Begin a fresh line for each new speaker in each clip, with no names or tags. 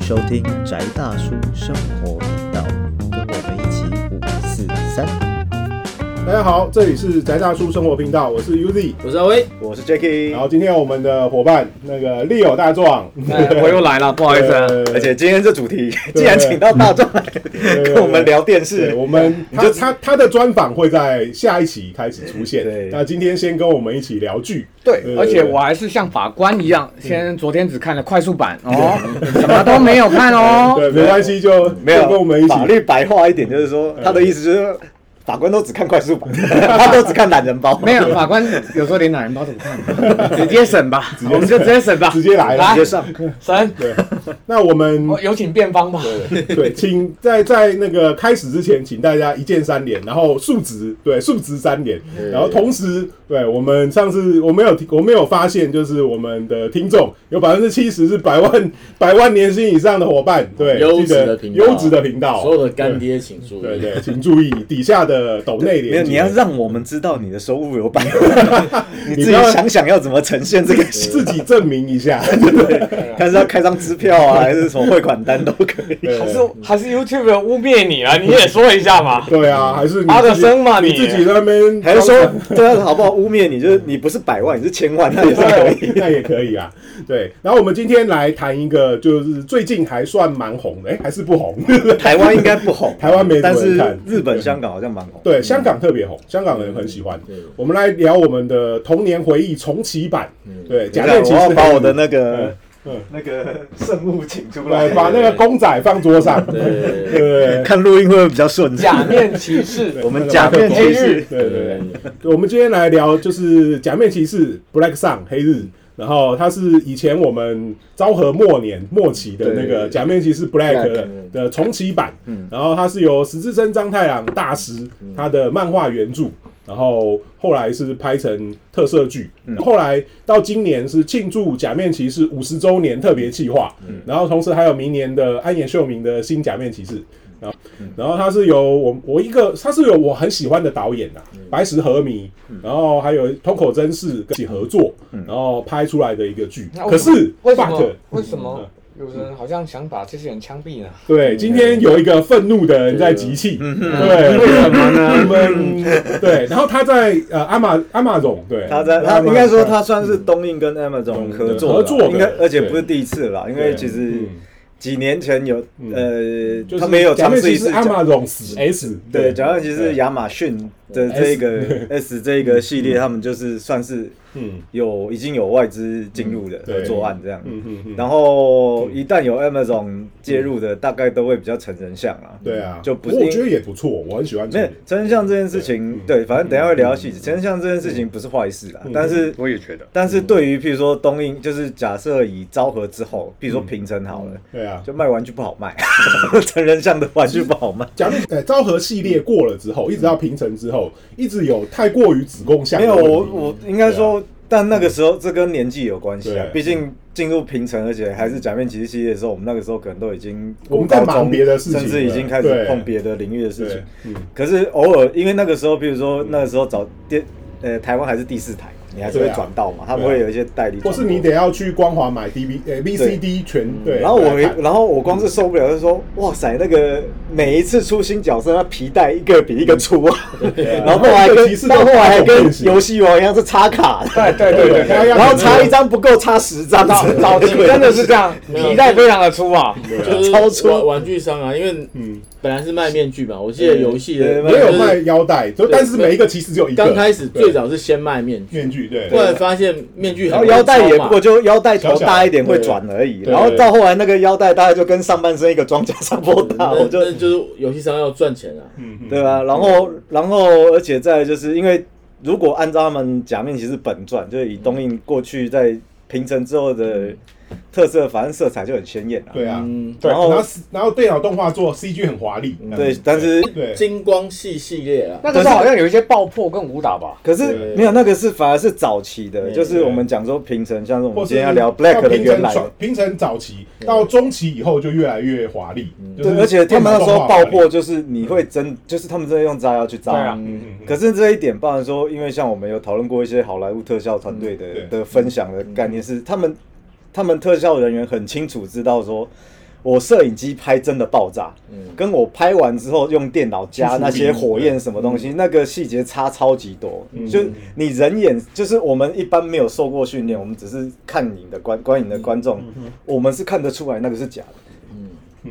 收听宅大叔生活频道，跟我们一起五四三。
大家好，这里是宅大叔生活频道，我是 UZ。
我是阿威，
我是 Jacky，
然后今天我们的伙伴那个利友大壮，呃
哎我又来了，不好意思啊，
而且今天这主题既然请到大壮来跟
跟
我们聊电视，
我们
你
他
就
他他的专访会在下一期开始出
对
现。那今天先跟我们一起聊剧，呃
对，而且我还是像法官一样，先昨天只看了快速版哦，什么都没有看哦。
对，没关系，就
没
就跟我们一
有
起嗯
法律白话一点，就是说他的意思就是法官都只看快速 版，他都只看懒人包，
没有法官有时候连懒人包都不 看，直接审吧，我们就直接审吧，
直接来
直
了。
接上。
审。
对，那我们
我有请辩方吧。
对，请在在那个开始之前，请大家一键三连，然后数值对数值三连，然后同时对我们上次我没有提我没有发现，就是我们的听众有百分之七十是百万百万年薪以上的伙伴，对，
优
记
质的
得
频道
优质的频道，
所有的干爹请注
对
意，
对，对请注意底下的抖内
没有，
连接，
你要让我们知道你的收入有 百万，你
不
自己
要
想想要怎么呈现这个，
自己证明一下，
看是要开张支票啊，还是什么汇款单都可以。
对
还是还是 YouTube 的污蔑你啊，你也说一下嘛。
对啊，还是你
发个
自己
声嘛
你
你
自己在那边
还是说，对啊，好不好？污蔑你就是你不是百万，你是千万，那也是可以。
那也可以啊。对，然后我们今天来谈一个，就是最近还算蛮红的，哎、还是不红。
台湾应该不红，
台湾没什
但
么人
是
看
日本、香港好像蛮红。
对，香港特别红，香港人很喜欢
对。
我们来聊我们的童年回忆重启版，对，假
等一
面骑
下，嗯我要
士
把
黑
我的
衣
那个
嗯
那个圣物请出
来
来，
把那个公仔放桌上，对
对对
对
看录音会不会比较 顺？
假面骑士，
我们假面骑士，
对对
对。对
对我们今天来聊就是假面骑士 Black Sun 黑日。然后它是以前我们昭和末年末期的那个
对嗯
假面骑士 Black 的
Black，
的重启版，然后它是由石之森章太郎大师他的漫画原著，然后后来是拍成特摄剧，
嗯
后来到今年是庆祝假面骑士五十周年特别企划，
嗯
然后同时还有明年的安野秀明的新假面骑士，然后然后它是由我我一个它是有我很喜欢的导演呐、啊
嗯
白石和弥，然后还有通口真嗣跟一起合作，
嗯
然后拍出来的一个剧，
那为
可
什么
是
为什么
but
为什么有人好像想把这些人枪毙呢？
嗯
对，今天有一个愤怒的人在集气，对，为什么 呢？我们对，然后他在呃阿玛阿玛总，对，
他在他应该说他算是东映跟 Amazon 合作的啦
合作的
应该而且不是第一次了啦，因为其实
嗯
几年前有呃
就，是
他们也有
假
尝
面
试
骑
一
士
次
阿
假
玛总死 S，
对，假面骑士亚马逊的这个 S 这个系列，他们就是算是
嗯
有已经有外资进入的
对
合作案这样。
嗯嗯嗯，
然后一旦有 Amazon 介入的，大概都会比较成人向啊。
对啊，
就不
过
是
我觉得也不错，我很喜欢这
没有
个。
成人像这件事情，对，反正等一下会聊到细节。成人像这件事情不是坏事啦，但是
我也觉得，
但是对于譬如说东映，就是假设以昭和之后，譬如说平成好了，
对啊，
就卖玩具不好卖， 成人像的玩具不好卖。
假面呃昭和系列过了之后，一直到平成之后，一直有太过于子贡像
没
的
有，
问题。
我我应该说，但那个时候这跟年纪有关系啊
对，
毕竟进入平成，而且还是假面骑士系列的时候，我们那个时候可能都已经
我们在忙
高中
别的事情
甚至已经开
对
始碰别的领域的事
对
情。，
嗯，
可是偶尔，因为那个时候，譬如说那个时候找电，呃，台湾还是第四台，你还是会
对啊
转到嘛，他们会有一些代理
或
转播，
是你得要去光华买 D V 呃 V C D 全对。啊
嗯然后我
来看
然后我光是受不了，就说哇塞，那个每一次出新角色，那皮带一个比一个粗啊， 然后后来
这个
跟
骑士
到
啊都
后来还
各种
跟
变形
游戏王一样是插卡的，
对对对对对，
然后插一张不够，插十张，
早 早期真的是这样，皮带非常的粗啊。
就是
超出
玩玩具商啊，因为
嗯
本来是卖面具嘛，我记得游戏
对
的
对
也有
就是
卖腰带，就但是每一个其实只有一个。
刚开始
对
最早是先卖面具，
面具对
后来发现面具
然
很
后
难
腰带也
抽
不
嘛
过就腰带头大一点会转而已，
小小的对
然后到后来那个腰带大概就跟上半身一个装甲差不多大，
那
我就
那就是游戏商要赚钱啊，
嗯
对吧？然后然后而且再来就是因为如果按照他们假面骑士本传，就是以东映过去在平成之后的特色，反正色彩就很鲜艳啊。
对啊，
嗯，
对
然后
然后然后电脑动画做 CG 很华丽，嗯
对，但是
对
金光系系列啊，
那个时候好像有一些爆破跟武打吧？
可
对
是没有那个是反而是早期的，
对
就是我们讲说平成，像是我
或
们
是
今天要聊 Black
到
的
平
原来
成
的
早平成早期到中期以后就越来越华丽，就
嗯对，
是
而且他们那时候爆
电脑动画华
破
丽，
就是你会真，就是他们真的用炸药去炸。
对啊
嗯嗯嗯
可是这一点，包含说，因为像我们有讨论过一些好莱坞特效团队的、
嗯对
的分享的概念是，他们他们特效人员很清楚知道说，我摄影机拍真的爆炸，
嗯
跟我拍完之后用电脑加那些火焰什么东西，那个细节差超级多。
嗯
就你人眼，就是我们一般没有受过训练，我们只是看影的观观影的观
嗯
众，我们是看得出来那个是假的。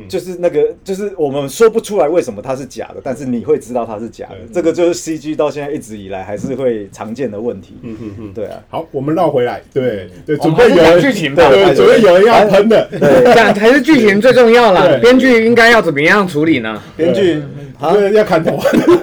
就是那个，就是我们说不出来为什么它是假的，但是你会知道它是假的
对。
这个就是 CG 到现在一直以来还是会常见的问题。
嗯嗯嗯，
对啊，
好，我们绕回来，对对，
嗯我
准
们
备有
还是
人
讲剧情吧
对，
对
准备有人要喷的，
这样还是剧情最重要
对
了。编剧应该要怎么样处理呢？
编剧啊，
对，要砍 头。好，
对，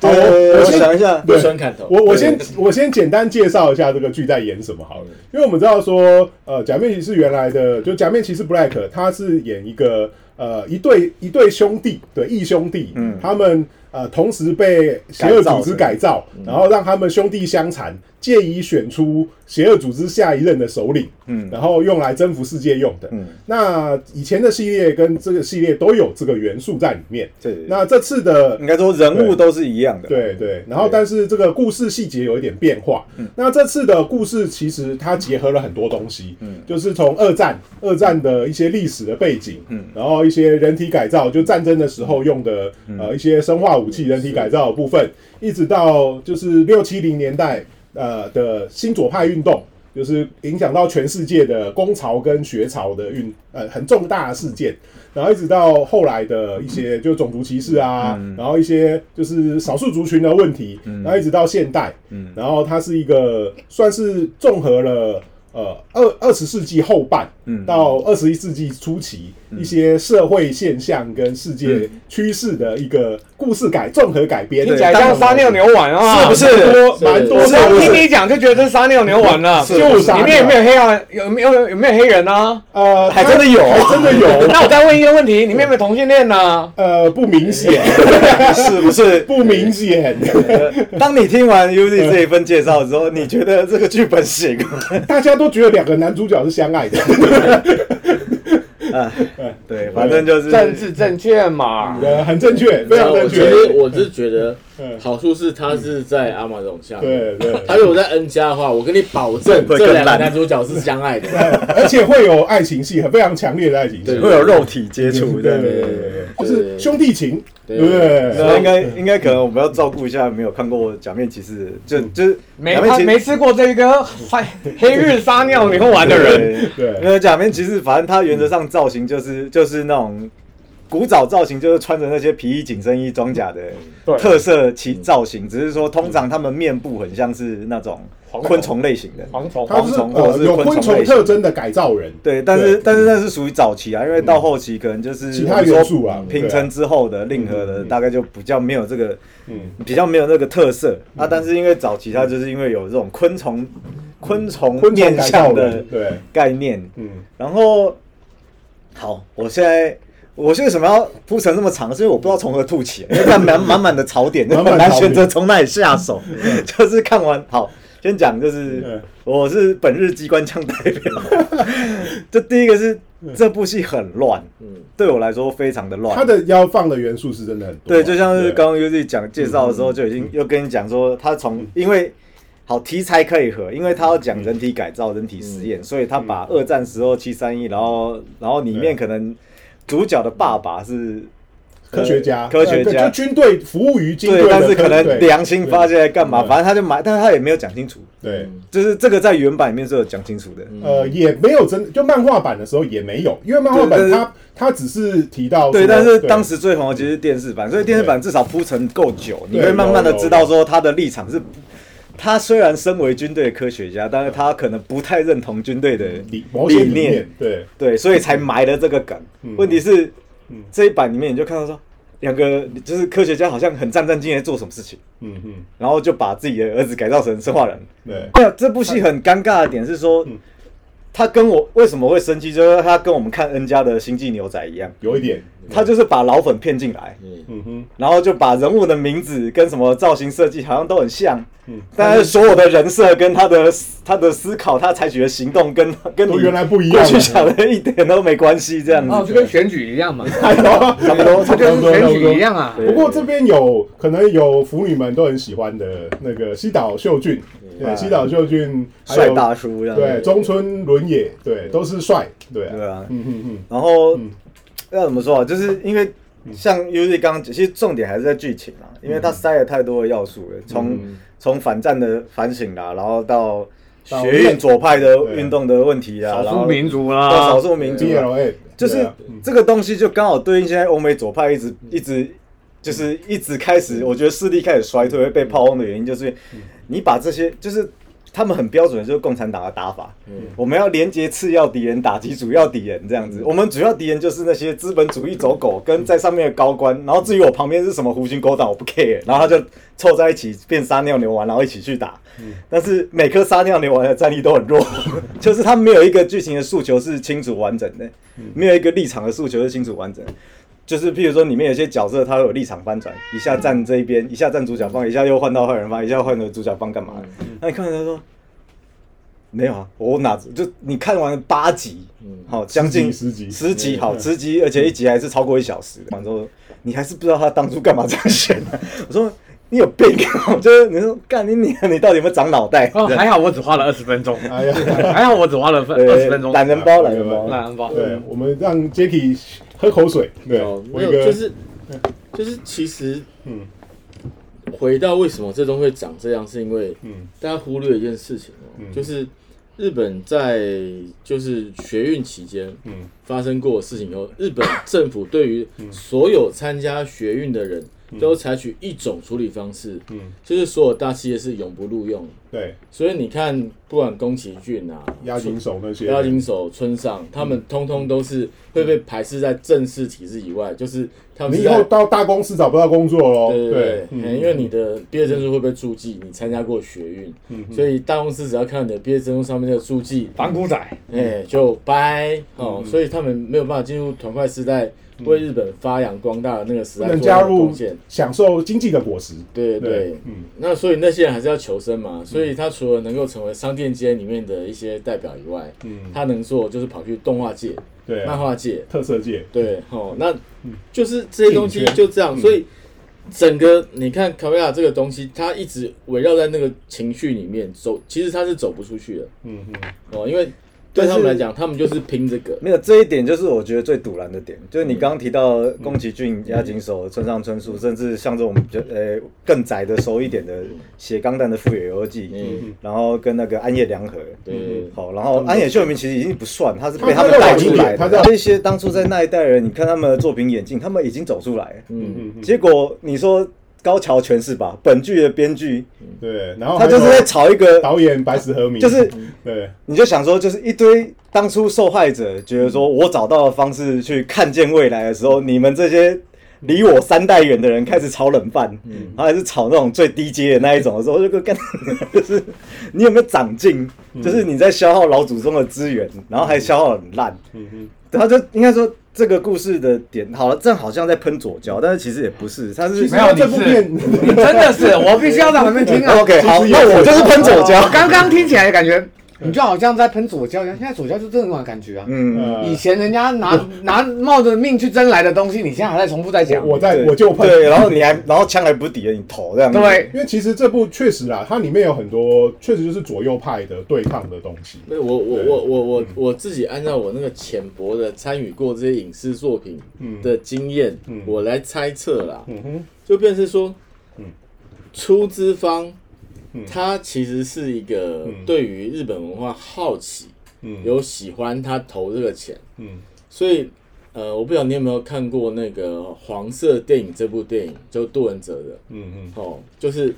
我我
我
先
想一下，
不喜欢砍头。
我我先我先简单介绍一下这个剧在演什么好了，因为我们知道说，呃，假面骑士原来的就假面骑士 Black，他是演一个呃一对一对兄弟，对义兄弟，嗯，他们呃同时被邪恶组织改造，嗯然后让他们兄弟相残，借以选出邪恶组织下一任的首领，嗯，然后用来征服世界用的，嗯，那以前的系列跟这个系列都有这个元素在里面，
对
那这次的
应该说人物都是一样的。
对对，然后
对
但是这个故事细节有一点变化。
嗯
那这次的故事其实它结合了很多东西，
嗯
就是从二战、二战的一些历史的背景，
嗯
然后一些人体改造，就战争的时候用的、
嗯
呃一些生化武器、人体改造的部分，一直到就是六七零年代呃的新左派运动。就是影响到全世界的工潮跟学潮的运呃很重大的事件，然后一直到后来的一些就种族歧视啊，然后一些就是少数族群的问题，然后一直到现代，然后它是一个算是综合了呃二二十世纪后半到二十一世纪初期一些社会现象跟世界趋势的一个一个故事改综合改编，
听起
讲
来
像撒尿牛丸啊，
是不
蛮
是？
多蛮多
我
是啊不
刚
是
听你讲就觉得这撒尿牛丸了，
是
就啥
里面有没有黑啊？有没有有没有黑人 啊？
呃
还真的有，
真的有
那我再问一个问题，里面有没有同性恋啊呢？
呃不明显。
是不是？
不明显，
当你听完 Uzi 这一份介绍之后，你觉得这个剧本行吗？
大家都觉得两个男主角是相爱的。
啊，对，反正就是
政治正确嘛。
呃，很正确，非常
我
正
其
确。
实我是觉得
嗯
好处是他是在阿玛总下，，
对对，
他如果在 N 加的话，我跟你保证
会更
这两个
烂
男主角是相爱的。
而且会有爱情戏，很非常强烈的爱情戏
对。
会有肉体接触
对
这样
对
子。
对对，就是兄弟情，对
对
不对？
那应该应该可能我们要照顾一下没有看过《假面骑士》，就就是
没
假
他
面骑
没吃过这个黑黑日撒尿牛丸的人，
对
因为假面骑士，反正它原则上造型就是就是那种古早造型，就是穿着那些皮衣紧身衣装甲的
对
特色其造型，只是说通常他们面部很像是那种
蝗虫
昆虫类型的，
蝗虫啊
他就是
蝗虫或
呃
者是
有
昆虫
昆虫
类
特征的改造人，
对，但是
对嗯
但是那是属于早期啊，因为到后期可能就是
其他元素啊
我们说平成之后的令和的，
嗯
大概就比较没有这个，
嗯
比较没有那个特色啊。但是因为早期它就是因为有这种昆虫昆虫
昆虫
面
改
向
造
的
人，对，
概念，
嗯，
然后，好，我现在我为什么要铺成这么长？是因为我不知道从何吐起，因为看满满满的槽 点，
满
很
满的槽点
难选择从哪里下手。 就是看完好，先讲就是
嗯
我是本日机关枪代表。 这第一个是这部戏很乱，
嗯
对我来说非常的乱。
他的要放的元素是真的很多。
对，就像是
对
刚刚 Uzi 讲介绍的时候，就已经又跟你讲说，他从因为好题材可以合，因为他要讲人体改造、人体实验，所以他把二战时候七三一，然后然后里面可能主角的爸爸是
科学家，
科学
呃对就
家。
军队服务于军队
对，
的科，
但是可能
对
良心发现在干嘛？
对
反正他就买，但是他也没有讲清楚，
对。
就是这个在原版里面是有讲清楚的。
呃，也没有真就漫画版的时候也没有，因为漫画版
对但是
它它只是提到
对，
说
但是当时最红的其实是电视版，所以电视版至少铺陈够久，你
对
会慢慢的
有有
知道说他的立场是，他虽然身为军队的科学家，但是他可能不太认同军队的
嗯理某些理念，嗯对，
对，所以才埋了这个梗。问题是，
嗯
这一版里面你就看到说，两个就是科学家好像很战战兢兢地做什么事情，
嗯嗯，
然后就把自己的儿子改造成生化人。
对，
没有，这部戏很尴尬的点是说
嗯，
他跟我为什么会生气，就是他跟我们看 N 家的星际牛仔一样，
有一点，
他就是把老粉骗进来。
嗯，
嗯哼，
然后就把人物的名字跟什么造型设计好像都很像，
嗯
但是所有的人设跟他的他的思考，他采取的行动跟跟你
都原来不一样嗯
过去想的一点都没关系，这样子、
哦，就跟选举一样嘛，
哎呦
差不多，
这
差不
就
多。
是选举一样啊。
对
不过这边有可能有腐女们都很喜欢的那个西岛秀俊，对，
嗯
西岛秀俊，还
帅
有
大叔这样子，
对，中村伦也，对，都是帅，对
对啊
嗯嗯嗯，
然后、
嗯
要怎么说啊？就是因为像 Uzi 刚刚讲，其实重点还是在剧情啊，
嗯
因为它塞了太多的要素了，从从反战的反省啦，然后到
到
学院左派的
对啊
运动的问题啊，
少
然后
数民族
到
啦
少，数民族
B
啊，
L A
就是
嗯
这个东西就刚好对应现在欧美左派一直一直就是一直开始，我觉得势力开始衰退会被炮轰的原因，就是你把这些就是他们很标准的就是共产党的打法，我们要连接次要敌人，打击主要敌人这样子。我们主要敌人就是那些资本主义走狗跟在上面的高官，然后至于我旁边是什么狐群狗党，我不 care，然后他就凑在一起变撒尿牛丸，然后一起去打。但是每颗撒尿牛丸的战力都很弱， 就是他没有一个剧情的诉求是清楚完整的，
嗯
没有一个立场的诉求是清楚完整的。就是譬如说，里面有些角色他会有立场翻转，一下站这一边，
嗯
一下站主角方，一下又换到坏人方，一下换到主角方干嘛的？
嗯
那你看着他说。没有啊，我哪就你看完了八集，好将近
嗯十集嗯
十集好十集，而且一集还是超过一小时。完之后，你还是不知道他当初干嘛这样选的。 我说你有病啊，就是你说干你你你到底有没有长脑袋？
哦，
对
还好我只花了二十分钟，
哎呀，
还好我只花了二十分钟。哦
懒人包，懒人包，
懒人包，
对
嗯对，我们让 Jacky 喝口水。对，
哦，
我一
没有，
个
就是就是其实，
嗯
嗯，回到为什么这东西会长这样，是因为
嗯
大家忽略一件事情哦，
嗯
就是日本在就是学运期间
嗯
发生过的事情以后，日本政府对于所有参加学运的人都采取一种处理方式，
嗯，
就是所有大企业是永不录用的。
对，
所以你看，不管宫崎骏啊、
押井守那些，
妖精手、村上，他
嗯
们通通都是会被排斥在正式体制以外，就是他
嗯
们
你
是
以
在
后到大公司找不到工作喽。
对对对，
嗯
因为你的毕业证书会被注记，你参加过学运，
嗯
所以大公司只要看到你的毕业证书上面的注记，
反骨仔，
嗯
哎，就掰哦，所以他们没有办法进入团块时代，为日本发扬光大的那个时
不
代
能
做
加
出
入
贡献。
享受经济的果实。
对对，
嗯，
那所以那些人还是要求生嘛，所以他除了能够成为商店街里面的一些代表以外，
嗯
他能做就是跑去动画界、
对啊，
漫画界，
特色界，
嗯
对，哦，那就是这些东西
进圈
就这样，所以整个你看卡维亚这个东西，它一直围绕在那个情绪里面走，其实它是走不出去的
嗯嗯，
哦，因为
但
对
是
他们来讲，他们就是拼这个，
没有这一点，就是我觉得最堵然的点，就是你刚刚提到宫崎骏、押井守、村上春树，甚至像这种比较呃更窄的熟一点的写钢弹的富野由纪，
嗯
然后跟那个安野良和，
对，
好，然后安野秀明其实已经不算，他是被
他
他们带出来
他
的。
在
这些当初在那一代人，你看他们的作品演进，他们已经走出来了。
嗯，
结果你说高桥全是吧？本剧的编剧，
嗯对，然后
他就是
还
在
有
炒一个
导演白石和明，
就是
对，
你就想说，就是一堆当初受害者觉得说我找到的方式去看见未来的时候，你们这些离我三代远的人开始炒冷饭，然后还是炒那种最低阶的那一种的时候，我就跟干， 就是你有没有长进？就是你在消耗老祖宗的资源，然后还消耗得很烂，
嗯嗯，
然后就应该说这个故事的点好了，这样好像在喷左交，但是其实也不是，它是
没有
这部片
你 真的是，我必须要让你们听啊。
OK 好，
其实也
那我就是喷左交
我， 刚刚听起来感觉，你就好像在喷左胶一样，现在左胶就这种感觉啊。
嗯，
呃
以前人家拿 拿冒着命去争来的东西，你现在还在重复在讲。
我在
对
我就碰，
对，然后你还然后枪还不是抵着你头这样子，
对，
因为其实这部确实啦，它里面有很多确实就是左右派的对抗的东西。
那我我
对嗯
我我我我自己按照我那个浅薄的参与过这些影视作品
嗯
的经验
嗯，
我来猜测啦，
嗯哼，
就变成说，
嗯
出资方
嗯，
他其实是一个
嗯
对于日本文化好奇，
嗯
有喜欢他投这个钱，
嗯
所以呃，我不晓得你有没有看过那个《黄色电影》这部电影，就杜文泽的
嗯
哦，就是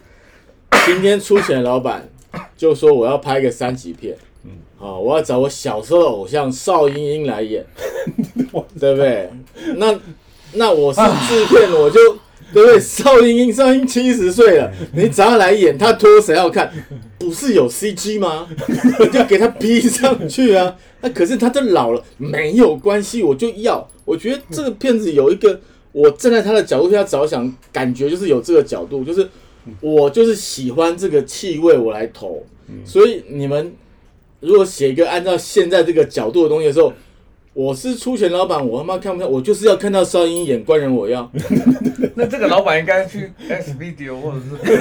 今天出钱的老板就说我要拍一个三级片，嗯，好、我要找我小时候的偶像邵英英来演，对不对？那那我是制片，我就对不对？邵英英，邵英英七十岁了，你找他来演，他拖谁要看？不是有 CG 吗？ 我就给他逼上去啊！那可是他都老了，没有关系，我就要。我觉得这个片子有一个，我站在他的角度替他着想，感觉就是有这个角度，就是我就是喜欢这个气味，我来投。所以你们如果写一个按照现在这个角度的东西的时候，我是出钱老板，我他妈看不看，我就是要看到邵英演官人，我要。
那这个老板应该去 X Video 或者是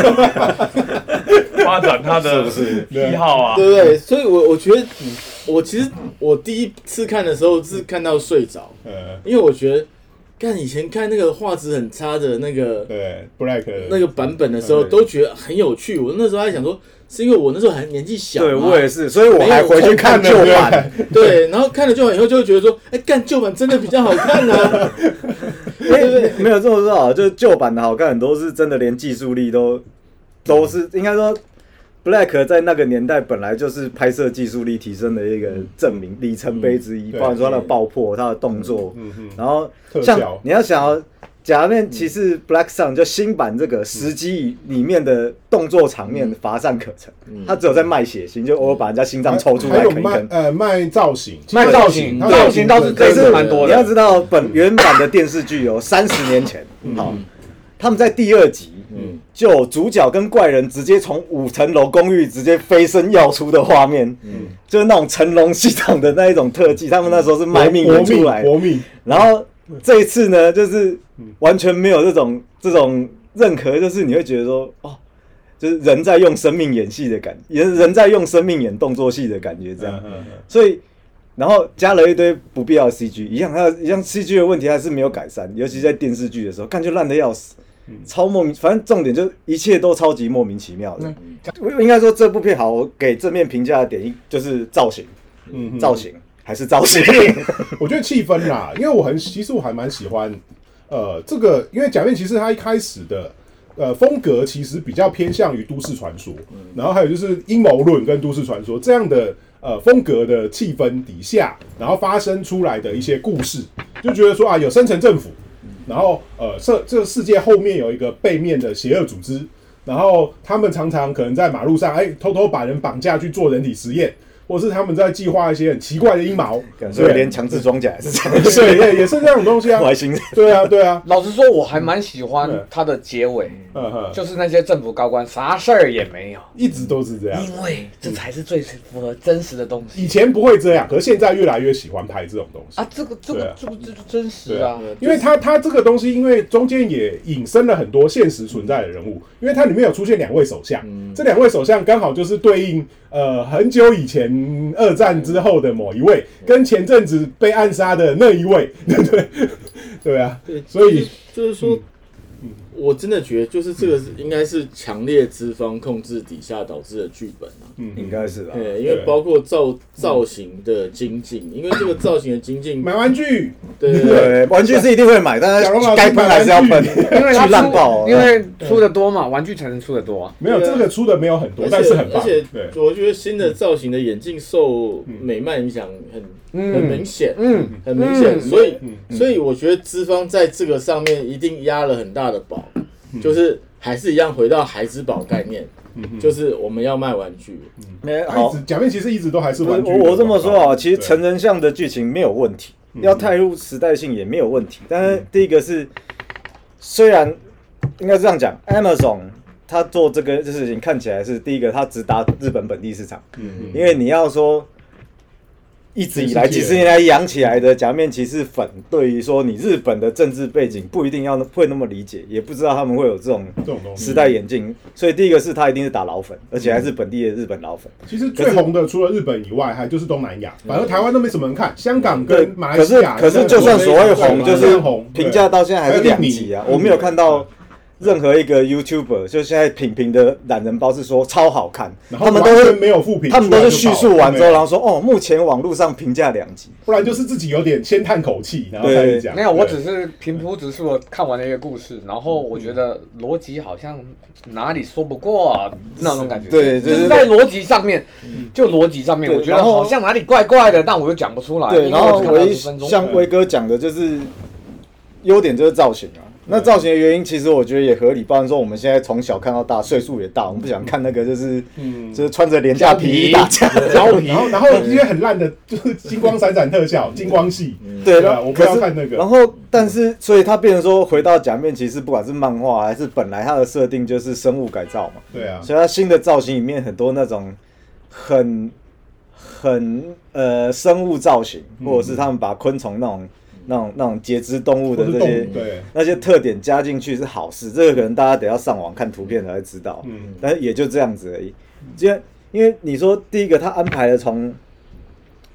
发展他的
是
癖好啊。
对不对？所以我，我觉得我其实我第一次看的时候是看到睡着，
呃，
因为我觉得，看以前看那个画质很差的那个
对，Black 的
那个版本的时候，
嗯
都觉得很有趣。我那时候还想说，是因为我那时候还年纪小嘛，
对我也是，所以我还回去看旧版。
对，然后看了旧版以后，就会觉得说，哎，干旧版真的比较好看啊。
哎，没有这么说啊，就是旧版的好看，很多是真的连技术力都都是应该说。Black 在那个年代本来就是拍摄技术力提升的一个证明里程碑之一，
对
不然说它的爆破、它的动作，
嗯嗯
然后
特
像
效
你要想要假面骑士 Black Sun 就新版这个实际里面的动作场面乏善可陈，他只有在卖血腥，就偶尔把人家心脏抽出
还
来
有
啃一
卖
啃。
呃卖造型，
卖造型
它
造型倒是
可
真
是
的蛮多
你要
的。
知道，本原版的电视剧有三十年前，好，他们在第二集，嗯，就有主角跟怪人直接从五层楼公寓直接飞身要出的画面，嗯，就是那种成龙系统的那一种特技，他们那时候是卖命
国
演
命
出来的，
国命，
然后这一次呢，就是完全没有这种这种认可，就是你会觉得说，哦，就是人在用生命演戏的感，人人在用生命演动作戏的感觉这样。
嗯嗯嗯
所以，然后加了一堆不必要的 CG，一样还有一样 CG 的问题还是没有改善，尤其在电视剧的时候，看就烂的要死。超莫名，反正重点就是一切都超级莫名其妙的。我应该说这部片好，我给正面评价的点一就是造型，
嗯嗯
造型还是造型。
我觉得气氛啦，因为我很其实我还蛮喜欢，呃，这个因为假面骑士它一开始的呃风格其实比较偏向于都市传说，然后还有就是阴谋论跟都市传说这样的呃风格的气氛底下，然后发生出来的一些故事，就觉得说啊有深层政府，然后呃这这个世界后面有一个背面的邪恶组织。然后他们常常可能在马路上，哎，偷偷把人绑架去做人体实验，或是他们在计划一些很奇怪的阴谋，
所以
对
连强制装甲也是这样，
对，也也是这种东 西啊
我。还心
对啊，对啊，
老实说，我还蛮喜欢
嗯
它的结尾，
嗯哼，
就是那些政府高官啥事儿也没有，
一直都是这样。
因为这才是最符合真实的东西
以前不会这样，可是现在越来越喜欢拍这种东西
啊。。这个这
对
个
啊
这个这就真实啊，
因为他他这个东西，因为中间也引申了很多现实存在的人物，因为它里面有出现两位首相，
嗯
这两位首相刚好就是对应呃很久以前二战之后的某一位，
嗯
跟前阵子被暗杀的那一位， 对不对？对啊，
对
所以
就是说，我真的觉得就是这个是应该是强烈资方控制底下导致的剧本啊。
应该是吧？
对，因为
对
包括造造型的精进，因为这个造型的精进，
买玩具，
对对对，
对，玩具是一定会买，但
小龙老
是
师
该喷还是要喷，
因 为它
去
出
烂爆哦。
因为出的多嘛，玩具才能出的多啊。
没有
对啊
这个出的没有很多
而，且
但是很棒。
而且
对，嗯
我觉得新的造型的眼镜受美漫影响很、很明显，
嗯，
很明显，
嗯
所以、所以我觉得资方在这个上面一定压了很大的宝，
嗯
就是还是一样回到孩之宝概念，就是我们要卖玩具，
嗯
没
他一
好
直，假面骑士一直都还是
我
玩具的
我我这么说啊，
广告
其实
对嗯
成人向的剧情没有问题，要带入时代性也没有问题。但是第一个是，虽然应该是这样讲，Amazon 它做这个事情看起来是第一个，它只打日本本地市场，
嗯
因为你要说。一直以来
全世
几
界
十年来养起来的假面骑士粉，对于说你日本的政治背景不一定要会那么理解，也不知道他们会有这种
这种东西
时代眼镜，所以第一个是他一定是打老粉，而且还是本地的日本老粉。
其实最红的除了日本以外，还就是东南亚，反正台湾都没什么人看，香港
嗯对，
跟马来西亚。
可是可是就算所谓红，就
对
是
红
评价到现在还是两极啊
还有印，尼
我没有看到。任何一个 YouTuber 就现在品评的懒人包是说超好看，
然后
他们都
完
是
全没有复评
他们都是
出
叙
来就爆
述完之后，
对
然后说哦，目前网络上评价两级，
不然就是自己有点先叹口气，然后再
啊
讲。
没有，我
对
只是平铺直述的看完了一个故事，然后我觉得
嗯
逻辑好像哪里说不过啊那种感觉。
对
就
就是
是在逻辑上面，就逻辑上面，
对
我觉得
然后
好像哪里怪怪的，但我又讲不出来。因
对，
为
然后
我只看了
唯一
10分钟
像威哥讲的，就是优点就是造型啊。那造型的原因，其实我觉得也合理。包含说我们现在从小看到大，岁数也大，我们不想看那个就是，
嗯
就是穿着廉价皮衣打架。
然后然后然后一些很烂的，就是金光闪闪特效、金光系，
嗯对，
对啊
然后
我不要
可是
看那个
然后，但是，所以它变成说，回到假面骑士，不管是漫画还是本来它的设定就是生物改造嘛，
对啊，
所以它新的造型里面很多那种很很呃生物造型，
嗯
或者是他们把昆虫那种那种那种节肢动物
或
的
是
这
动
些
物对，
那些特点加进去是好事，这个可能大家得要上网看图片才会知道。
嗯
但是也就这样子而已。因为因为你说第一个他安排了从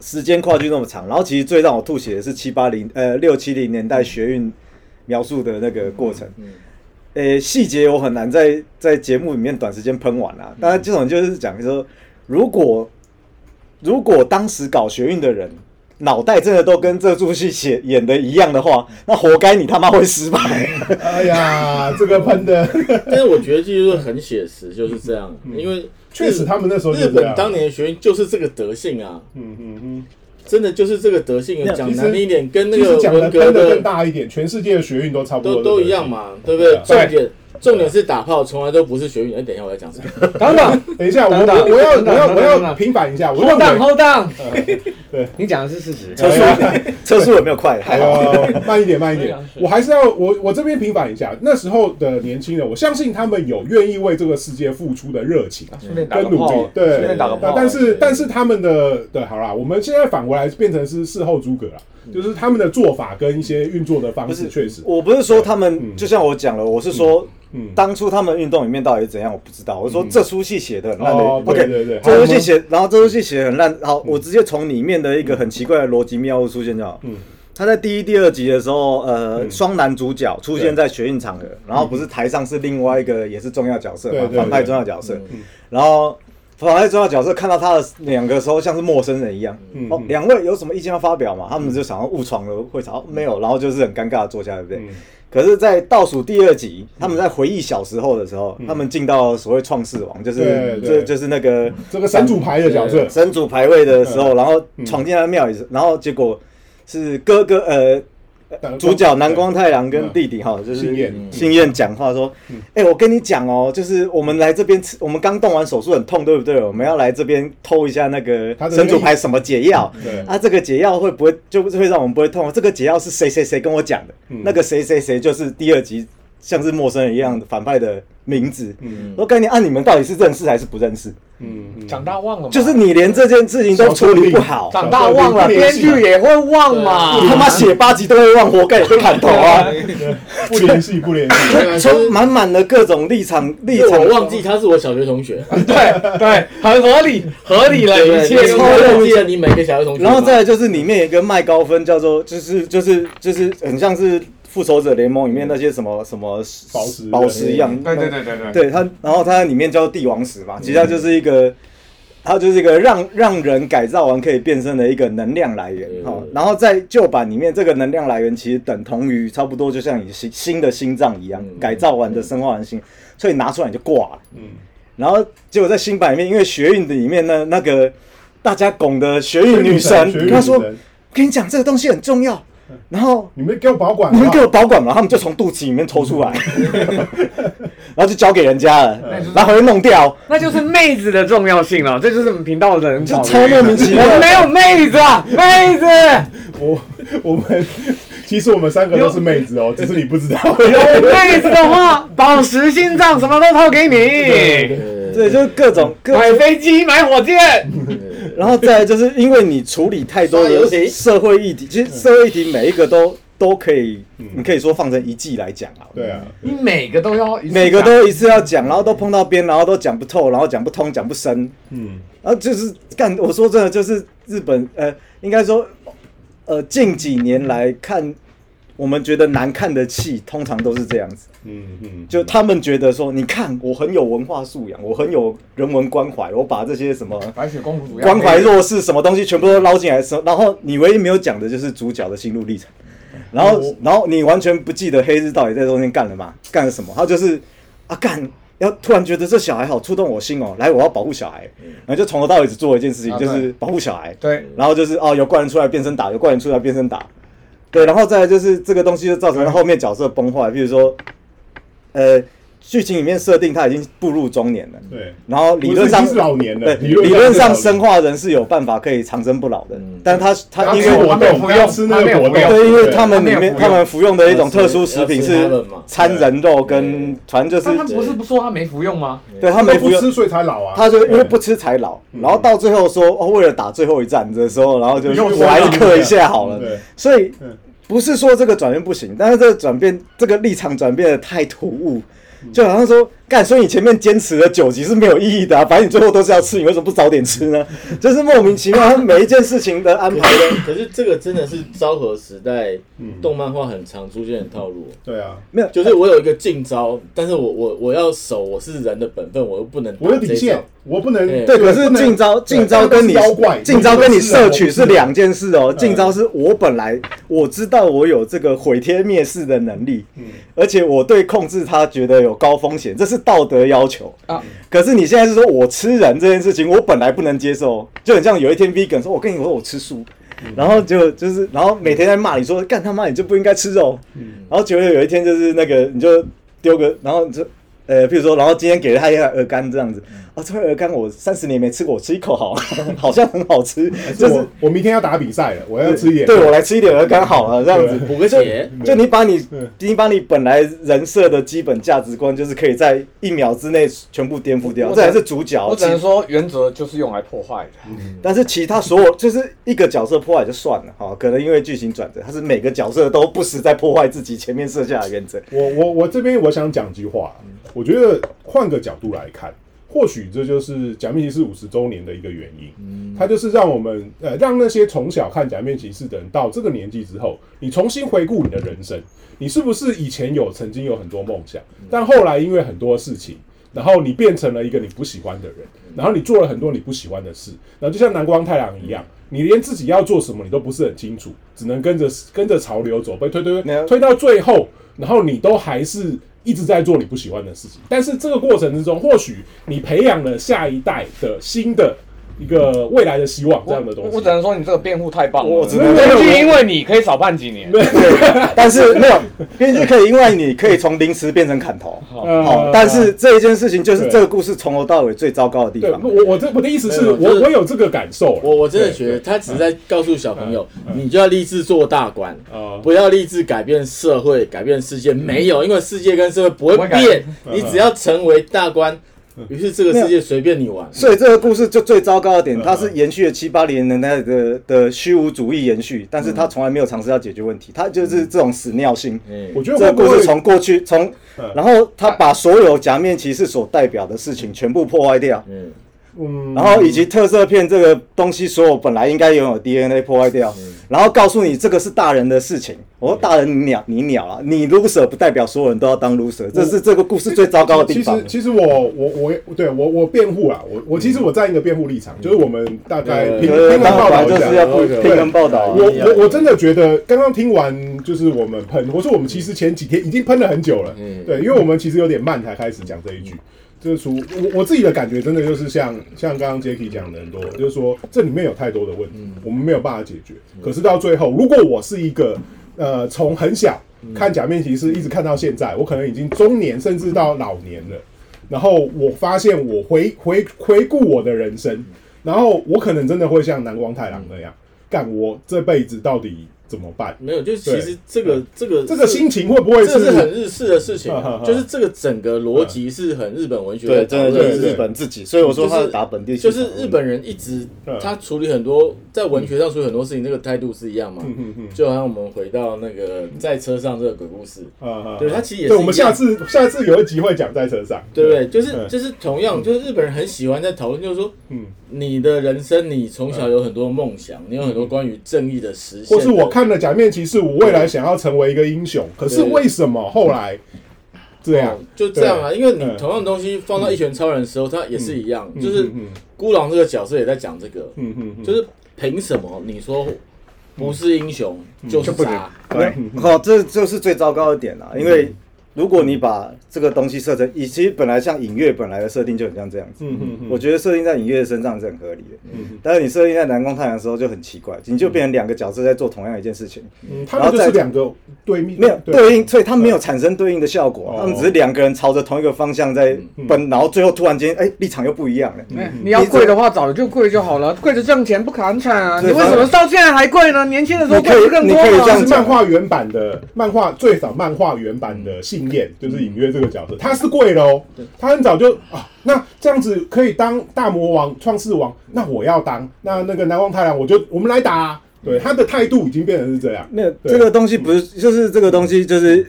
时间跨距那么长，然后其实最让我吐血的是七八零呃六七零年代学运描述的那个过程。呃，细节我很难在在节目里面短时间喷完啊。当然，这种就是讲说，如果如果当时搞学运的人脑袋真的都跟这出戏写演的一样的话，那活该你他妈会失败。
哎呀，这个喷的，
但是我觉得这就是很写实，就是这样，
嗯
因为
确实他们那时候就
日
是这样
本当年学运就是这个德性啊，
嗯嗯嗯，
真的就是这个德性。啊讲难听一点，跟那
其
个
实讲的
文革
喷的
的
更大一点，全世界的学运都差不
都
多，
都一样。嘛，对不
对
对？
啊
重点重点是打炮，从来都不是学运。哎，等一下我要讲什么？
等等
等一下，我
等等
我我要
等等
我要
等
我
等
要
等等
平反一下，我认
，hold
为
on，hold on，
对，
你讲的是事实。
车速车速有没有快？还好。
呃，慢一点，慢一 点
对啊，是
我还是要我我这边平反一下，那时候的年轻人，我相信他们有愿意为这个世界付出的热情啊
顺便打
跟
个
努力
炮，，
对，
顺便打个
那
炮。
但是但是他们的对，好啦，我们现在反过来变成是事后诸葛了，
嗯
就是他们的做法跟一些运作的方式
不是
确实，
我不是说他们，
嗯
就像我讲了，我是说
嗯，
当初他们运动里面到底是怎样，我不知道。我说这出戏写的很烂的
哦对对对
，OK，这出戏写，然后这出戏写得很
嗯
烂，好，我直接从里面的一个很奇怪的逻辑谬误出现就好。
嗯
他在第一、第二集的时候，呃，双男主角出现在学运场合，然后不是台上是另外一个也是重要角色
对
嘛
对，对
反派重要角色
嗯，
然后反派重要角色看到他的两个时候像是陌生人一样，
嗯
哦，两位有什么意见要发表嘛？他们就想要误闯了会场，哦没有，然后就是很尴尬的坐下，对不对？
嗯
可是，在倒数第二集，他们在回忆小时候的时候，他们进到所谓创世王，就
对
是
嗯对
这就是那个
这个神主牌的角色，
神主牌位的时
嗯
候，然后闯进了庙里，然后结果是哥哥呃
呃
主角南光太郎跟弟弟哈，就是
嗯信彦嗯
信彦讲话说，哎、我跟你讲哦，就是我们来这边吃，我们刚动完手术很痛，对不对？我们要来这边偷一下那个
他的那个嗯
神主牌什么解药
对
啊？这个解药会不会就会让我们不会痛？这个解药是谁谁谁跟我讲的？
嗯
那个谁谁谁就是第二集像是陌生人一样反派的名字。
嗯
我跟你啊，你们到底是认识还是不认识？
嗯嗯
长大忘了嘛，
就是你连这件事情都处理不好，
长大忘
小
了，
时候
编
练习
剧也会忘嘛。
你他妈写八集都会忘，活该你被砍头啊！
不联系不联系，
充满满的各种立场立
因为
场，
我忘记他是我小学同学，
对对，很合理，合理了一切
嗯对，
都
我
超
合理。
忘记了你每个小学同学嘛。
然后再来就是里面有一个麦高芬，叫做就是就是就是很像是复仇者联盟里面那些什么什么
宝石
宝石一样，
对对对对对，
对他，然后他在里面叫帝王石嘛，其实他就是一个，他就是一个让让人改造完可以变身的一个能量来源
对
哈、哦。然后在旧版里面，这个能量来源其实等同于差不多就像你新新的心脏一样，
嗯
改造完的生化完心，所以拿出来你就挂了。
嗯，
然后结果在新版里面，因为学运的里面呢，那个大家拱的学运女
学嗯运女
神，
神嗯
她说：“跟你讲，这个东西很重要。”然后
你们给我保管
你们
啊
给，我保管嘛，他们就从肚脐里面抽出来，
嗯
然后就交给人家了，然后回去弄掉，
那就是妹子的重要性了，这就是我们频道的人
就
讨
超
论
莫名其
我们
妙。
没有妹子啊，妹子，
我 我们其实我们三个都是妹子哦，只是你不知道，
妹子的话，宝石、心脏什么都掏给你，
对，就是各种各
买飞机、买火箭，
然后再来就是因为你处理太多
刷游戏
的社会议题，其
嗯
实社会议题每一个都都可以，你可以说放成一季来讲啊。
对啊，
你每个都要，
每个都一次要讲，然后都碰到边，然后都讲不透，然后讲不通，讲不深，
嗯，
然后就是干。我说真的，就是日本，呃，应该说，呃，近几年来看，我们觉得难看的戏，通常都是这样子。
嗯嗯，
就他们觉得说，你看我很有文化素养，我很有人文关怀，我把这些什么
白雪公主
关怀弱势什么东西全部都捞进来的时候，然后你唯一没有讲的就是主角的心路历程，然后
我
然后你完全不记得黑日到底在中间干了嘛，干了什么？他就是啊干，要突然觉得这小孩好触动我心哦，来我要保护小孩，
嗯
然后就从头到尾只做一件事情，
啊
就是
对
保护小孩，
对，
然后就是哦有怪人出来变身打，有怪人出来变身打，对，然后再来就是这个东西就造
嗯
成了后面角色崩坏，比如说呃剧情里面设定他已经步入中年了，
对，
然后理论上
不是已经是老年了
对，
理
理
论上是老
论上
年
生化人是有办法可以长生不老的，但他他因
吃
为
活
他没有
动，
服
不
用
要吃那
他没
个
有服用
活动，
对，因为他们里
他们有
面
服用
他们服用的一种
要吃
特殊食品
要
是
吃 ramen 嘛
掺人肉跟反正就
但
是
他不是不说他没服用吗？
对他
他
没
们
服
不
用，
吃所以才老啊，嗯
他就因为不吃才老，然后到最后说哦，为了打最后一战的时候，然后就
用
我还是克一下好了
嗯对，
所以
嗯
不是说这个转变不行，但是这个转变这个立场转变的太突兀，
嗯
就好像说，干，所以你前面坚持了九集是没有意义的啊，反正你最后都是要吃，你为什么不早点吃 呢？就是莫名其妙，他每一件事情的安排的，
可是这个真的是昭和时代
嗯
动漫化很常出现的套路，
对啊，
没有，
就是我有一个近招，但是我我我要守我是人的本分，我又不能
我有
打这
底
一
线
招，
我不能
对
对，可是禁招禁招跟你
妖怪，
禁招跟你摄取是两
件，
件事哦。禁招是我本来我知道我有这个毁天灭世的能力，而且我对控制它觉得有高风险，这是道德要求。
啊，
可是你现在是说我吃人这件事情，我本来不能接受，就很像有一天 vegan 说，我跟你说我吃素，然后就就是，然后每天在骂你说，干他妈你就不应该吃肉，然后结果有一天就是那个你就丢个，然后你就。呃，譬如说，然后今天给了他一块鹅肝这样子，啊，这块鹅肝我三十年没吃过，我吃一口好了， 好像很好吃，
就
就是是
我我明天要打比赛了，我要吃一点，
对我来吃一点鹅肝好了，这样子
补个血，
就你把你，你把你本来人设的基本价值观，就是可以在一秒之内全部颠覆掉，
我
这才是主角。
我只能
其，
说原则就是用来破坏的。
但是其他所有就是一个角色破坏就算了哈、可能因为剧情转折，他是每个角色都不时在破坏自己前面设下的原则。
我我我这边我想讲句话，我觉得换个角度来看，或许这就是假面骑士五十周年的一个原因。它就是让我们呃，让那些从小看假面骑士的人到这个年纪之后，你重新回顾你的人生，你是不是以前有曾经有很多梦想，但后来因为很多事情。然后你变成了一个你不喜欢的人，然后你做了很多你不喜欢的事，然后就像南光太郎一样，你连自己要做什么你都不是很清楚，只能跟着跟着潮流走，被推推
没有
推推到最后，然后你都还是一直在做你不喜欢的事情。但是这个过程之中，或许你培养了下一代的新的一个未来的希望这样的东
我
西。
我只能说你这个辩护太棒了。
我只
能
编剧因为你可以少判几年。
对，但是没有编剧可以，因为你可以从临时变成砍头。
呃
好，但是这一件事情就是这个故事从头到尾最糟糕的地
对
方。
我我这我的意思是
没有
我
就是
我有这个感受啊
我我真的
对嗯
觉得他只是在告诉小朋友，你就要立志做大官，
啊，
不要立志改变社会、改变世界。没
嗯
有，因为世界跟社会不会
不会改
变
变，
你只要成为大官，
嗯
于是这个世界随便你玩。
所以这个故事就最糟糕的
呃
点，它是延续了七八零年代的的虚无主义延续，但是它从来没有尝试要解决
嗯
问题，它就是这种屎尿性。
嗯
我觉
这
得会
个
不
故
会
事从过去从
嗯，
然后他把所有假面骑士所代表的事情全部破坏掉，
嗯，
嗯，
然后以及特色片这个东西所有本来应该拥有 DNA 破坏掉，然后告诉你这个是大人的事情。我说大人你鸟你鸟啊，你 loser 不代表所有人都要当 loser，这是这个故事最糟糕的地
其
方
实。其实我我我对我我辩护啦，我我其
嗯
实我站一个辩护立场，就是我们大概
对
平
呃
平衡
当
报道
然
一
就
下
是。要不
对
平衡报道啊。
我哦我我真的觉得，刚刚听完就是我们喷，我说我们其实前几天已经喷了很久了，
嗯
对，因为我们其实有点慢才开始讲这一句，就是除我我自己的感觉，真的就是像像刚刚 Jacky 讲的很多，就是说这里面有太多的问题，我们没有办法解决。可是到最后，如果我是一个呃从很小看假面骑士一直看到现在，我可能已经中年甚至到老年了。然后我发现我回回回顾我的人生，然后我可能真的会像南光太郎那样，干我这辈子到底怎么办？
没有，就是其实这个这个
嗯这个
是
心情会不会
这
是
个是很日式的事情啊，
嗯
就是这个整个逻辑是很日本文学
对，
讨
真的
论
就
的
是
对
日本自己，所以我说他是打本地，
就是日。本人一直
嗯
他处理很多在文学上处理很多事情，那个态度是一样嘛。
嗯嗯
就好像我们回到那个在车上这个鬼故事，
嗯啊
对他其实也是
对，我们
一样
下次下次有一集会讲在车上，
对不对？就是
嗯
就是同样，就是日本人很喜欢在讨论，就是说
嗯，
你的人生，你从小有很多梦想，你有很多关于正义的实现，
或是我，看了假面骑士，我未来想要成为一个英雄，可是
对
为什么后来这样？
就这样啊。因为你同样的东西放到一拳超人的时候，他也是一样，就是
嗯
孤狼这个角色也在讲这个，
嗯嗯嗯，
就是凭什么你说不是英雄
嗯
就是渣？
对，嗯好，这就是最糟糕的点啦。因为如果你把这个东西设成，以其实本来像影月本来的设定就很像这样子。
嗯嗯嗯，
我觉得设定在影月身上是很合理的，但是你设定在南宫太阳的时候就很奇怪，你就变成两个角色在做同样一件事情，
嗯他们就是两个对面，
没有对应，所以他没有产生对应的效果，
哦嗯
他们只是两个人朝着同一个方向在奔，然后最后突然间，哎，立场又不一样了。
你要跪的话，早就跪就好了，跪着挣钱不砍惨啊！
对
你为什么到现在还跪呢？年轻的时候跪的更
你
多
可以你可以这
这
样
嘛。
是漫画原版的漫画最早漫画原版的信念，
嗯
就是隐约这个角色，他是贵喽，他很早就啊，那这样子可以当大魔王、创世王，那我要当，那那个南光太郎，我就我们来打、啊，
嗯
对他的态度已经变成是这样，
没有
对嗯
这个东西不是，就是这个东西就是。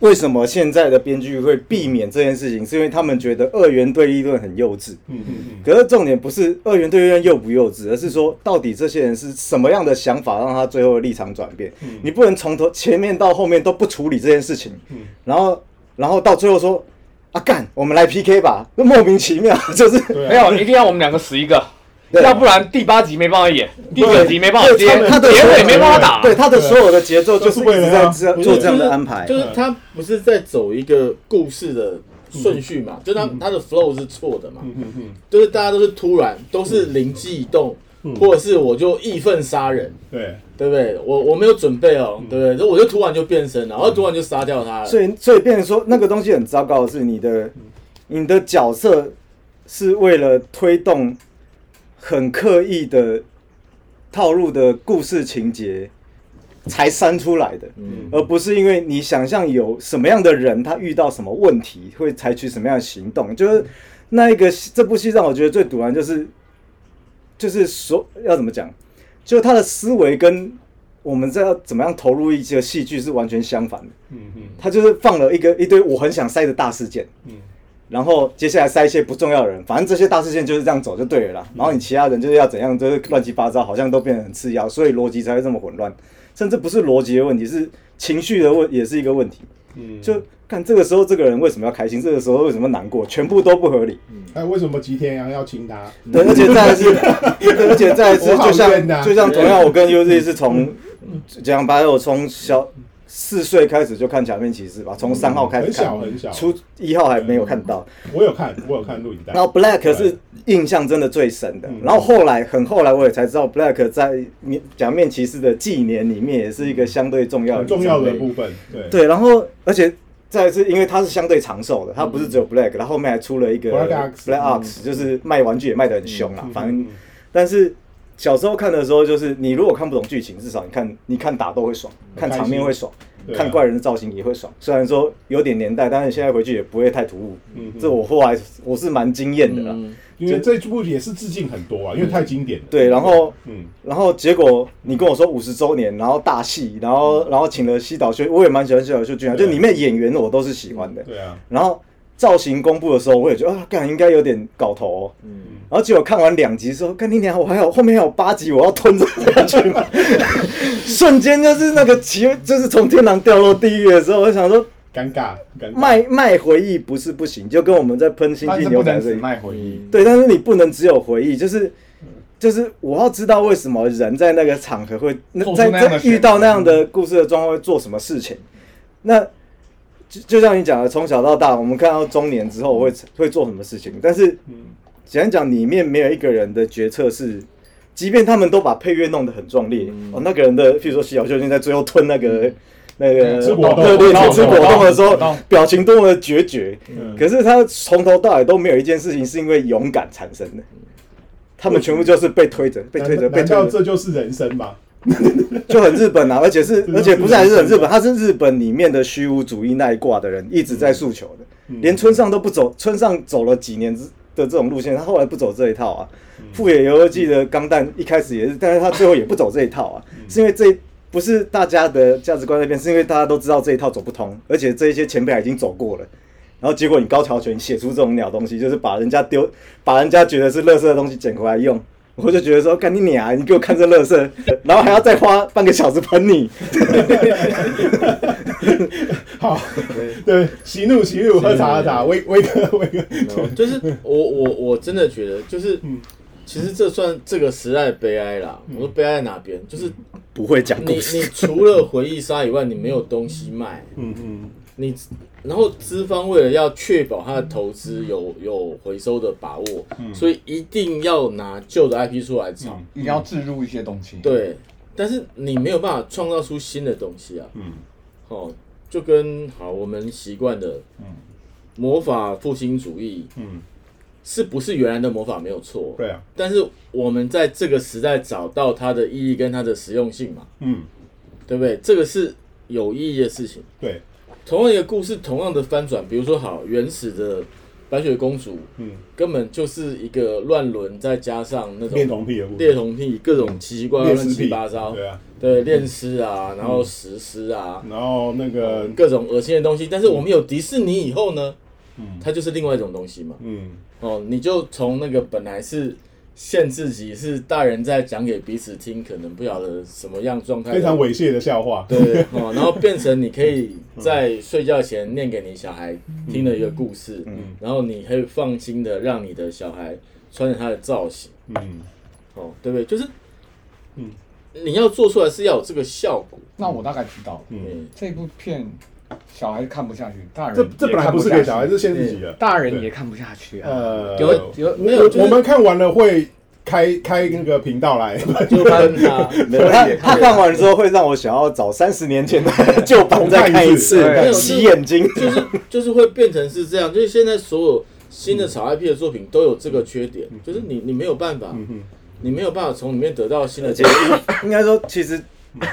为什么现在的编剧会避免这件事情，是因为他们觉得二元对立论很幼稚。
嗯嗯嗯，
可是重点不是二元对立论幼不幼稚，而是说到底这些人是什么样的想法让他最后的立场转变。你不能从头前面到后面都不处理这件事情，然后然后到最后说啊干，我们来 PK 吧，就莫名其妙，就是
对啊
没有，一定要我们两个死一个，
对
要不然第八集没办法演，第九集没办法
对
接，
他们他的
结尾没办法
对
打。
他的所有的节奏
对
就
啊
是一直在这
不
样
是
做这样的安排
呃
嗯
就。是他不是在走一个故事的顺序嘛，
嗯
就是他他的 flow 是错的嘛，
嗯嗯，
就是大家都是突然都是灵机一动，
嗯
或者是我就义愤杀人，
对，
对不对？我我没有准备哦，对不对？所以我就突然就变身了，然后突然就杀掉他了。
嗯所以所以变成说那个东西很糟糕的是你的你的角色是为了推动很刻意的套路的故事情节才删出来的。
嗯
而不是因为你想象有什么样的人，他遇到什么问题会采取什么样的行动，就是那一个这部戏让我觉得最堵然就是，就是所要怎么讲，就是他的思维跟我们这要怎么样投入一些戏剧是完全相反的。
嗯嗯
他就是放了一个一堆我很想塞的大事件，
嗯
然后接下来塞一些不重要的人，反正这些大事件就是这样走就对了啦。
嗯
然后你其他人就是要怎样，就是乱七八糟，好像都变得很次要，所以逻辑才会这么混乱。甚至不是逻辑的问题，是情绪的问，也是一个问题。
嗯，
就看这个时候这个人为什么要开心，这个时候为什么难过，全部都不合理。
哎，为什么吉田洋要请他？
对，而且再 来是，对而且再来是，
嗯我好
就
冤呐嗯
像就像同样，我跟 UZ 是从嗯讲白了，我从小四岁开始就看《假面骑士》吧，从三号开始
很小
看，
很小，嗯
初一号还没有看到。
我有看，我有看录影带
然。后 Black 是印象真的最深的
嗯。
然后后来很后来我也才知道，Black 在面假面骑士的纪年里面也是一个相对重要的
很重要
里
的
程碑
部分，对
对，然后而且再来是因为它是相对长寿的，它不是只有 Black，它后面还出了一个
Black Ox
Ox，就是卖玩具也卖得很凶啦
嗯。
反正，但是小时候看的时候，就是你如果看不懂剧情，至少你看你看打斗会爽，看场面会爽
嗯对。啊
看怪人的造型也会爽，虽然说有点年代，但是现在回去也不会太突兀。
嗯嗯
这我后来我是蛮惊艳的啦。
嗯
因为这部也是致敬很多啊，因为太经典了。
嗯对，然后
嗯，
然后结果你跟我说五十周年，然后大戏，然
嗯
后然后请了西岛秀，我也蛮喜欢西岛秀俊啊，
对
就里面演员我都是喜欢的。
对啊，
然后造型公布的时候，我也觉得啊，干应该有点搞头、哦。
嗯
然后结果看完两集之后，干你娘，我还有后面还有八集，我要吞着下去吗？瞬间就是那个奇，就是从天堂掉落地狱的时候，我想说
尴尬，尴尬。
卖卖回忆不是不行，就跟我们在喷星
但
际
是
牛
不
仔
能
这
只
里，
卖回忆。
对，但是你不能只有回忆，就是就是我要知道为什么人在那个场合会那
做出
在
那样
在
的
遇
选
到
择
那样的故事的状况会做什么事情。那就就像你讲的，从小到大，我们看到中年之后会会做什么事情，但是
嗯
简单讲，里面没有一个人的决策是。即便他们都把配乐弄得很壮烈，
嗯
哦，那个人的，譬如说徐小秀在最后吞那个、那个
吃果冻
热烈酒吃
果冻
果冻的时候
果冻，
表情多么的决绝，
嗯
可是他从头到尾都没有一件事情是因为勇敢产生的，
嗯
他们全部就是被推着、被推着、
难
被
难
推
道
着，
这就是人生吗？
就很日本啊！而且
这
是
就是
而且不是还是很日
日
本，他是日本里面的虚无主义那一挂的人一直在诉求的
嗯，
连村上都不走，村上走了几年之的这种路线，他后来不走这一套啊。富野由悠季的钢弹一开始也是，但是他最后也不走这一套啊，是因为这不是大家的价值观那边，是因为大家都知道这一套走不通，而且这一些前辈已经走过了。然后结果你高桥泉写出这种鸟东西，就是把人家丢，把人家觉得是垃圾的东西捡回来用，我就觉得说，干你娘，你给我看这垃圾， 然后还要再花半个小时喷你，
好，对，息怒息怒，喝茶喝茶，威威哥威哥，
然
嗯
后就是我我我真的觉得，就是
嗯
其实这算这个时代的悲哀啦。我说悲哀在哪边？就是
不会讲
你
嗯 故事。
你除了回忆杀以外，你没有东西卖。
嗯嗯
你然后资方为了要确保他的投资有
嗯
有回收的把握，所以一定要拿旧的 IP 出来炒。
嗯
一定要置入一些东西。，
对，但是你没有办法创造出新的东西啊。
嗯
哦，就跟好我们习惯的，魔法复兴主义
嗯，
是不是原来的魔法没有错？
对啊，
但是我们在这个时代找到它的意义跟它的实用性嘛，
嗯
对不对？这个是有意义的事情。
对，
同样一个故事，同样的翻转，比如说好原始的《白雪公主
嗯，
根本就是一个乱伦，再加上那种
恋童癖的部分，
恋童癖，各种奇奇怪怪、
恋
乱
尸
七
癖
八糟，
对啊，
对，恋尸啊，然后实施啊，
然后那个
各种恶心的东西。但是我们有迪士尼以后呢，
嗯
它就是另外一种东西嘛。
嗯
哦，你就从那个本来是限制级，是大人在讲给彼此听，可能不晓得什么样状态，
非常猥亵的笑话，
对哦，然后变成你可以在睡觉前念给你小孩听的一个故事，
嗯
然后你可以放心的让你的小孩穿着他的造型，
嗯
哦，对不对？就是，
嗯，
你要做出来是要有这个效果，
那我大概知道了，
嗯，
嗯，
这部片小孩看不下去，大人
这这
也
本来
看
不是
下
给
去
小孩，这限制级的，
大人也看不下去啊。
呃，
有有没有
我
就是
我们看完了会开开那个频道来，
就帮他，
没有他他
对
看完之后会让我想要找三十年前的旧版再看一 次
对，
洗眼睛。
就是就是会变成是这样，就是现在所有新的炒 IP 的作品都有这个缺点，就是你你没有办法，
嗯
你没有办法从里面得到新的
而且
解，
应该说，其实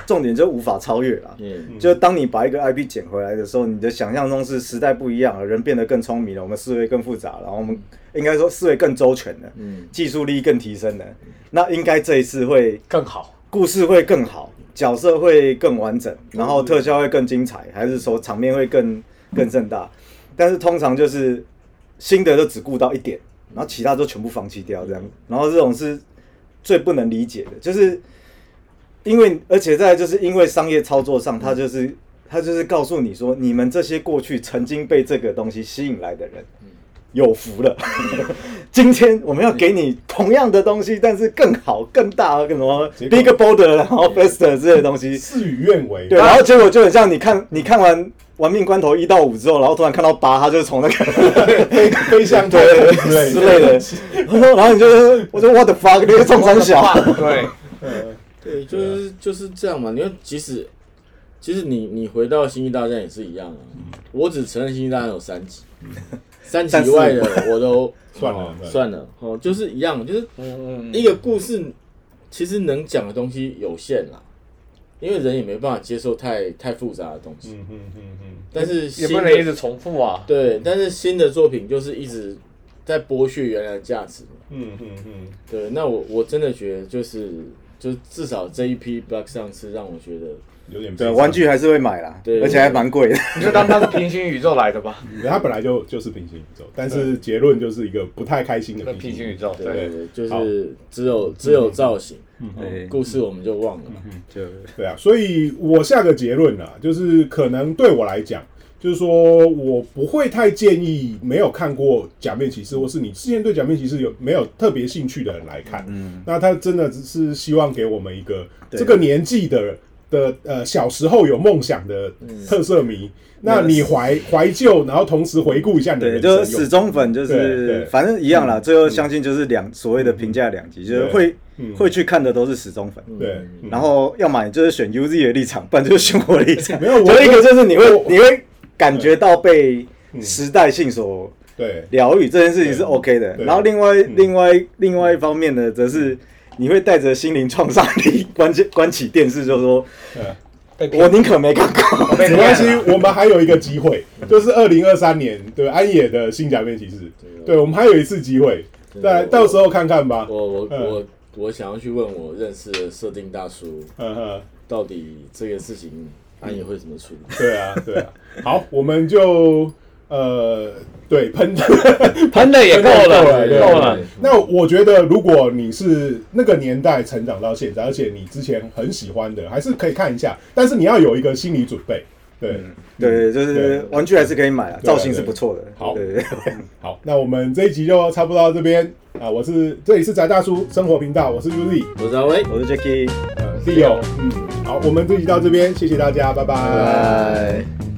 重点就无法超越了。
嗯，
就当你把一个 IP 捡回来的时候，你的想象中是时代不一样了，人变得更聪明了，我们思维更复杂了，然后我们应该说思维更周全了，
嗯
技术力更提升了。那应该这一次会
更好，
故事会更好，角色会更完整，
嗯
然后特效会更精彩，还是说场面会更更盛大？但是通常就是新的都只顾到一点，然后其他都全部放弃掉这样，
嗯
然后这种是最不能理解的，就是因为而且再来就是因为商业操作上，
嗯
他就是他就是告诉你说，你们这些过去曾经被这个东西吸引来的人。
嗯
有福了， 今天我们要给你同样的东西，但是更好、更大、更什么
结果
big border，然后 faster 之类的东西，
事与愿违，
对，然后结果就很像你看你看完《玩命关头》一到五之后，然后突然看到八，他就是从那个
飞飞向太
对
空之类
之类的， 然后然后你就是我说 what the fuck，那个中山小，
对，
的，
对，就是就是这样嘛。你看，即使其实你你回到《星际大战》也是一样啊。
嗯
我只承认《星际大战》有三集， 三集以外的 我都
算嗯了
哦算了哦，就是一样，就是
嗯
一个故事其实能讲的东西有限啦，因为人也没办法接受太太复杂的东西。
嗯嗯嗯嗯，
但是
也
新
不
的
能一直重复啊。
对，但是新的作品就是一直在剥削原来的价值嘛。
嗯嗯嗯，
对，那我我真的觉得就是就至少这一批 Black Sun 是让我觉得。
有点悲
对，
伤
玩，具还是会买啦，
对
而且还蛮贵的。
你就当它是平行宇宙来的吧，
它本来就就是平行宇宙，但是结论就是一个不太开心的
那平行宇
宙，
宙 对。
对，对就
好嗯
是只有只有造型，哦
对
故事我们就忘了嘛。
就
对啊，所以我下个结论啊，就是可能对我来讲。就是说，我不会太建议没有看过《假面骑士》，或是你之前对《假面骑士》有没有特别兴趣的人来看。
嗯，
那他真的只是希望给我们一个
对
这个年纪的的呃小时候有梦想的
嗯
特色迷。那你怀怀旧，然后同时回顾一下你的
对，嗯
人
就是
生
死
有，
忠粉，就
对对
是反正一样啦。最后相信就是两所谓的评价两极，就是会
嗯
会去看的都是死忠粉。
对，嗯
然后要么你就是选 UZ 的立场，不然就是选我的嗯立场。
没有我
就一个就是你
我
会你会感觉到被时代性所
嗯对
疗愈，这件事情是
对
OK 的。
对嗯
然后另外另外另外一方面呢，则是你会带着心灵创伤力 关起关起电视，就说
呃
被骗
我宁可没看过。
啊
没关系，我们还有一个机会，就是二零二三年对安野的新假面骑士，对我们还有一次机会，
对
对，
我
到时候看看吧。
我我
嗯
我我想要去问我认识的设定大叔，
嗯哼，
到底这个事情安也会怎么处理？
对啊，对啊。好，我们就呃，对喷
喷的也够了，
对
够了
对。
那我觉得，如果你是那个年代成长到现在，而且你之前很喜欢的，还是可以看一下，但是你要有一个心理准备。对，
嗯
对，就
对
是玩具还是可以买啊，
对啊
造型是不错的。
好
对对对
好，那我们这一集就差不多到这边啊。我是这里是宅大叔生活频道，我是 Uzi，
我是阿威，
我是 Jacky，
呃，Leo，嗯，好，我们这集到这边，谢谢大家，拜拜
拜。